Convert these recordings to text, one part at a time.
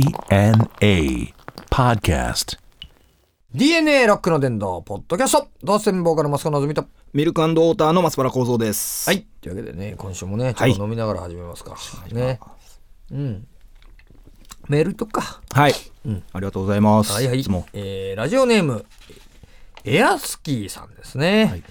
DNA Podcast. DNA ロックの伝道ポッドキャストドセンボーカルマスコのぞみとミルクウォーターの松原幸三です。はい。というわけでね今週もねちょっと飲みながら始めますか、ねうんメールとかはい。ありがとうございます。はいはいつも。えーラジオネームエアスキーさんですね、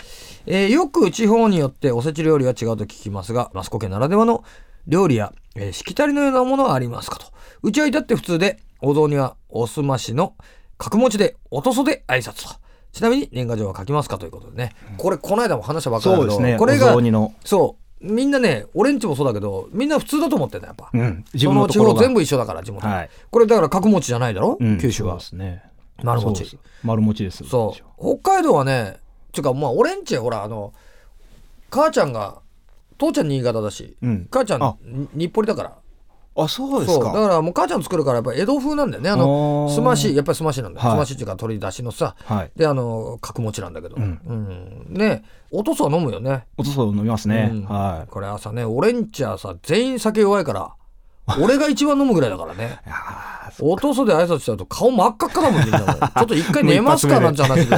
えーよく地方によっておせち料理は違うと聞きますがマスコ家ならではの料理や、えーしきたりのようなものはありますかとうちは至って普通でお雑煮はおすましの角餅でおとそで挨拶とちなみに年賀状は書きますかということでねこれこの間も話したばっかりだけどそうですねこれがお雑煮のそうみんなね俺んちもそうだけどみんな普通だと思ってんだやっぱ、うん。自そ分のの地とこ方ろが。全部一緒だから地元、はいこれだから角餅じゃないだろ、うん九州はそうですね。丸餅そうです。丸餅です。そう北海道はねていうかまあ俺んちほらあの母ちゃんが父ちゃん新潟だし、うん母ちゃんあに日暮里だからう。あ、そうですそうだかか。らもう母ちゃん作るからやっぱ江戸風なんだよねあのあーすましやっぱりすましなんだよ、はいすましっていうか鶏だしのさ、はい。であの角餅なんだけど、うんうんねおとそは飲むよねおとそ飲みますね。うんはい。これ朝ね俺んちはさ全員酒弱いから俺が一番飲むぐらいだからねいやーおとそで挨拶しちゃうと顔真っ赤っかだもんみんなもうちょっと一回寝ますかなもうん 一て話で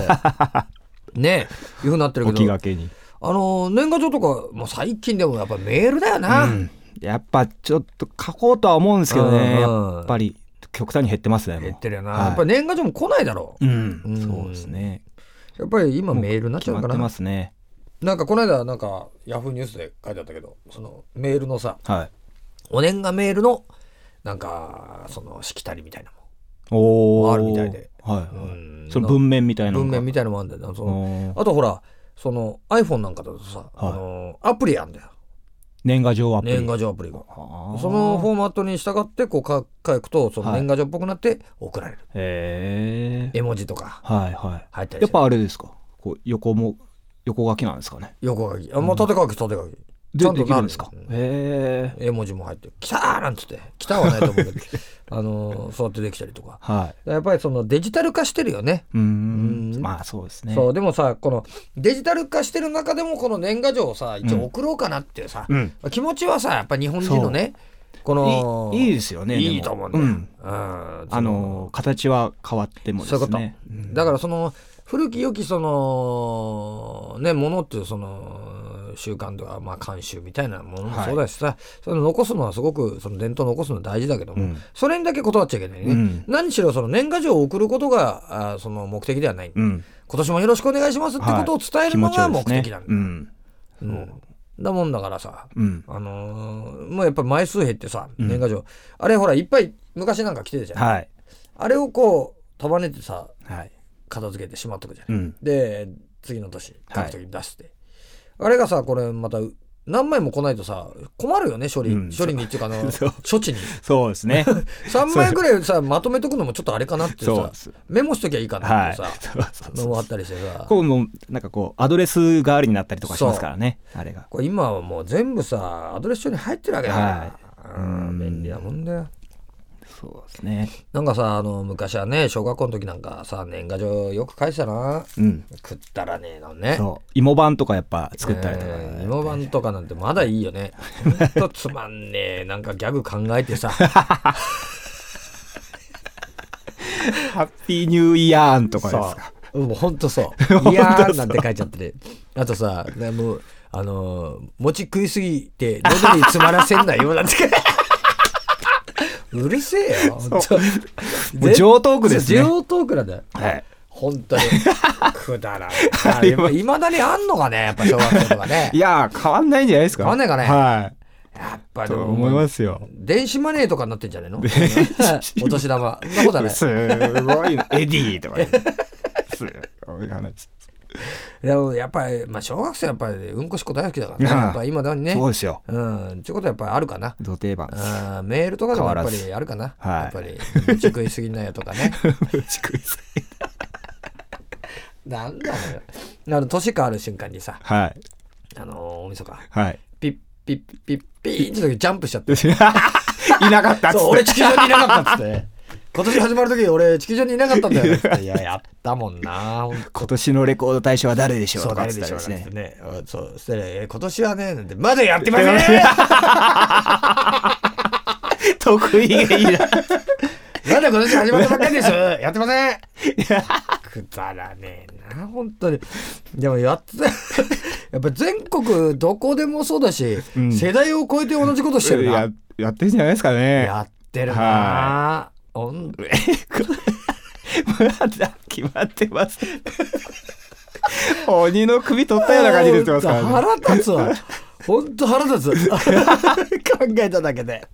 ねえいうふうになってるおけ気どがけに。あの年賀状とかもう最近でもやっぱメールだよな、うんやっぱちょっと書こうとは思うんですけどね。うんうんやっぱり極端に減ってますね。もう減ってるよな、はいやっぱり年賀状も来ないだろううんうん。そうですね。やっぱり今メールになっち決ゃまうかってまらすね。なんかこの間なんかヤフーニュースで書いてあったけどそのメールのさはい。お年賀メールのなんかそのしきたりみたいなおー。あるみたいで。はいもん、はうんい。その文面みたいなの文が。面みたいなのもあるんだよなそのおーあとほらその iPhone なんかだとさ、あのアプリあんだよ年賀状アプリ。年賀状アプリが。あーそのフォーマットに従ってこう書書くとそのはい年賀状っぽくなって送られる、へえ絵文字とかはいは入ったりいやっしてぱあれですかこう横も横書きなんですかね横書きあもう縦書き縦書きでちゃんとできなるるんですかうんへえ絵文字も入って「来た!」なんつって「来た!」はないと思 うけどあのーそうやってできたりとかはいやっぱりそのデジタル化してるよねうーうんんまあそうですねそうでもさこのデジタル化してる中でもこの年賀状をさ一応送ろうかなっていうさ、うん気持ちはさやっぱ日本人のねこのいいいいですよねでもいいと思うんだよ、うんうんあの形は変わってもでそういうすことねうんだからその古き良きそのねものっていうその習慣とかまあ慣習みたいなものもそうだしさ、その残すのはすごくその伝統を残すのは大事だけども、うんそれにだけ断っちゃいけないね、うん何しろその年賀状を送ることがあーその目的ではない、うん今年もよろしくお願いしますってことを伝えるのが目的なんだ、うんうんだもんだからさうんあのーもうやっぱり枚数減ってさ年賀状、あれほらいっぱい昔なんか来てるじゃん、はいあれをこう束ねてさはい片付けてしまっとくじゃんうんで次の年書はいく時に出して、あれがさこれまた何枚も来ないとさ困るよね処理、うん処理にっていうかあの そう処置にそうで すね3枚ぐらいさまとめとくのもちょっとあれかなってそうさですメモしときゃいいかなっはていさ、そうそうのそうもあったりしてさこうもうなんかこうアドレス代わりになったりとかしますからねあれがこれ今はもう全部さアドレス帳に入ってるわけだから、はいうんうん便利なもんだよそうですねなんかさあの昔はね小学校の時なんかさ年賀状よく書いてたなうん食ったらねえのねそう芋版とかやっぱ作ったりとか、えー芋版とかなんてまだいいよ ね。ほんとつまんねえ。なんかギャグ考えてさ。ハッピーニューイヤーンとかですかそう。もうほんと そう。いやーなんて書いちゃってる。あとさ、ねもう、あのー餅食いすぎて喉に詰まらせんなよなんて。 うるせえよ。ほんともう上トークですね上トークなんだよ。はい本当 に。くだらない。いまだにあんのかね、やっぱ小学生とかね。 いややー変わんないんじゃないですか変わんないかねはっぱいと思いすますよ電子マネーとかになってんじゃねえの お年玉。そんなことはない。すごいなエディーとか ねすごい話でもやっぱり、まあ、小学生はやっぱりうんこしっこ大好きだからね。うんやっぱ今だにね。そうですようん。っていうことはやっぱりあるかな。土定番うんメールとかでもやっぱ変わらりあるかな。はいやっぱり、うち食いすぎなよとかね。 なんだろう。あの、年変わる瞬間にさ、はいあのー、大晦日、はい ピッピッピッピーンって時ジャンプしちゃって。いなかったっつってそう、俺地球上にいなかったっつって。今年始まる時俺地球上にいなかったんだよ。つっていや、やったもんな。ほんと今年のレコード大賞は誰でしょうそうとかっ誰つっでたしりょうですねね。ね、あそう、そしたらえー今年はね、なんてまだやってません。 得意がいいな。なんで今年始まったばっかりです やってませんくだらねえな、本当に。でもや ってたやっぱ全国どこでもそうだし、ん世代を超えて同じことしてるな。ややってるんじゃないですかね。やってるなはほんまだ決まってます。鬼の首取ったような感じで言ってますからね。腹立つわ。ほんと腹立つ。 考えただけで。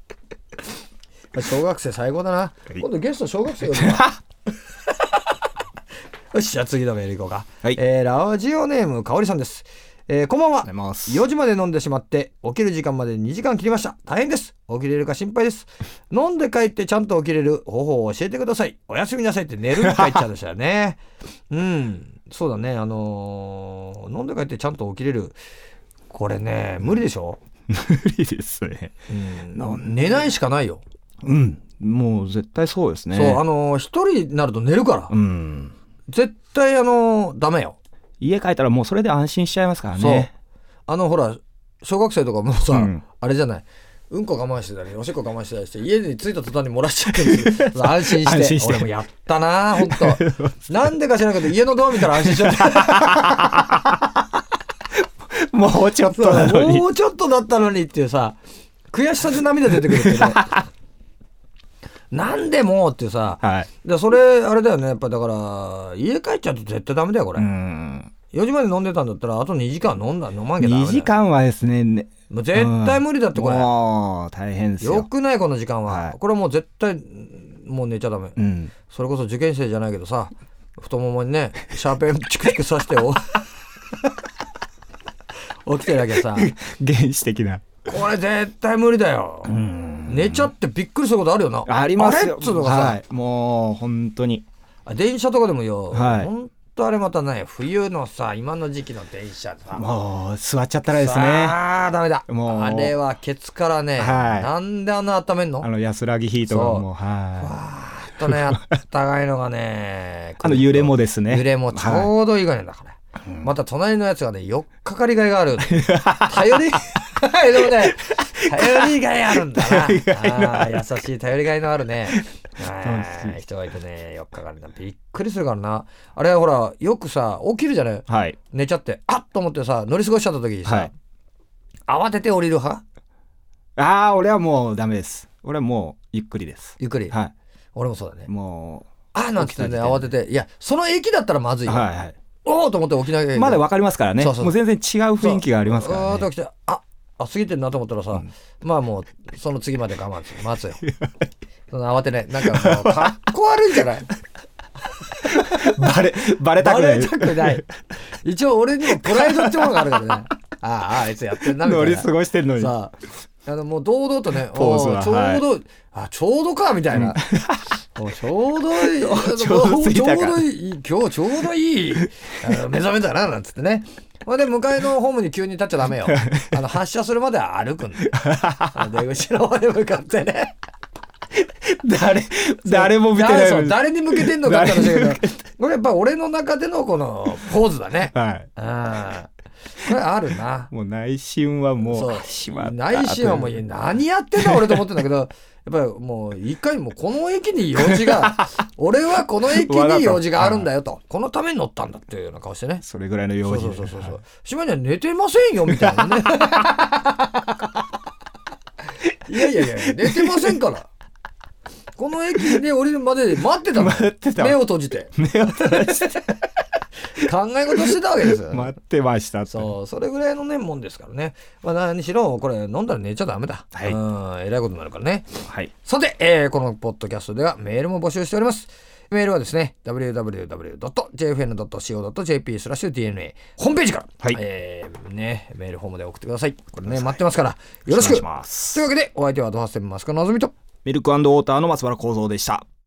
小学生最高だな。い今度ゲスト小学生呼ぶわ よし、じゃあ次のメールいこうか。はいえーラジオネーム、かおりさんです。えーこんばんは。りがとうございます4時まで飲んでしまって、起きる時間まで2時間切りました。大変です。起きれるか心配です。飲んで帰ってちゃんと起きれる方法を教えてください。おやすみなさいって寝るって書いちゃうんでしたよね。 うん。そうだね。あのー飲んで帰ってちゃんと起きれる。これね、無理でしょ、無理ですね。うん、寝ないしかないよ。うん。もう絶対そうですね。そう、あのー一人になると寝るから。うん。絶対あのーダメよ。家帰ったらもうそれで安心しちゃいますからそうね。。あのほら、小学生とかもさ、うんあれじゃない。うんこ我慢してたり、おしっこ我慢してたりして、家に着いた途端に漏らしちゃってるん ですよそう安心して。安心して俺もやったな本 当なんでか知らんけど、家のドア見たら安心しちゃった。もうちょっとなのにも。うちょっとだったのにっていうさ、悔しさで涙出てくるけ ど。なんでもうっていうさ、はい。でそれ、あれだよね、やっぱだから、家帰っちゃうと絶対ダメだよ、これ。うん。 4時まで飲んでたんだったら、あと2時間飲んだ、飲まんけど。 2時。間はですね、ねもう絶対無理だって、これ。もう大変ですよよ。くないこの時間は、はいこれもう絶対うんもう寝ちゃダメ、うん。それこそ受験生じゃないけどさ太ももにねシャーペンチクチクさして お起きてるだけでさ原始的な。これ絶対無理だよ、寝ちゃってびっくりすることあるよなありますよ。あれっつうのがさ、はい。もう本当に。あ電車とかでもよ、はいほんとあれまたね冬のさ今の時期の電車さもう座っちゃったらですね。ああダメだもうあれはケツからね、はいなんであんな温めんのあの安らぎヒートがもう、はい。ちょっとね、あったかいのがね、 あの揺れもですね。揺れもちょうどいいぐらいなんだから。また隣のやつがね、よっかかりがいがある。頼り、 はい、でもね、頼りがいあるんだな。あー優しい頼りがいのあるね。は楽い、人がいてね、よっかかりな。びっくりするからな。あれはほら、よくさ、起きるじゃないはい。寝ちゃって、あっと思ってさ、乗り過ごしちゃった時にさ、はい。慌てて降りる派ああ、俺はもうダメです。俺はもうゆっくりです。ゆっくり。は俺もそうだねい。。もあーなんつって起きね、た時点、慌てて。いや、その駅だったらまずいうよ。はいはい。おおと思って起きなきゃいけないまだわかりますからね。そうそうもう全然違う雰囲気がありますかうーらっとね。来てああ過ぎてるなと思ったらさ、まあもうその次まで我慢する待つよ その慌てないなんかもうかっこ悪いんじゃない バレ、バレたバくないレ。たくない一応俺にもプライドってものがあるからねああああいつやってんなみた乗いりな過ごしてるのに。さああのもう堂々とね ポーズおはーちょうど、あちょうどかみたいな、 おーちょうど いいちょうど過ぎちょたかうどいい今日ちょうどいいあ の目覚めたななんつってねほんで向かいのホームに急に立っちゃダ メよあの発車するまで歩くんだよあの出口の方に向かってね誰、 誰も見てないそのうに。誰に向けてんのかって話だけどこれやっぱ俺の中でのこのポーズだ ねはい。うんこれあるなもう内心はもう、あしまそうった内心はもういや何やってんだ俺と思ってんだ けどやっぱりもう一回もうこの駅に用事 が俺はこの駅に用事があるんだよとこのために乗ったんだっていうような顔してねそれぐらいのそ用う事そうで。そうそうはいしまいには寝てませんよみたいな ねいやいやいや寝てませんからこの駅にね降りるまで待ってたの待ってた 目を閉じて目を閉じ考え事してたわけ ですよて待ってましたって。そう、それぐらいのね、もんですからね。まあ、何しろ、これ、飲んだら寝ちゃダメだ。はいうん、えらいことになるからね。はい。さて、えーこのポッドキャストではメールも募集しております。メールはですね、www.jfn.co.jp スラッシュ DNA ホームページから、はいえーね、メールフォームで送ってください。これね、待ってますから、よろしお願いくしますというわけで、お相手はドハステンマスカのぞみと、ミルクウォーターの松原幸三でした。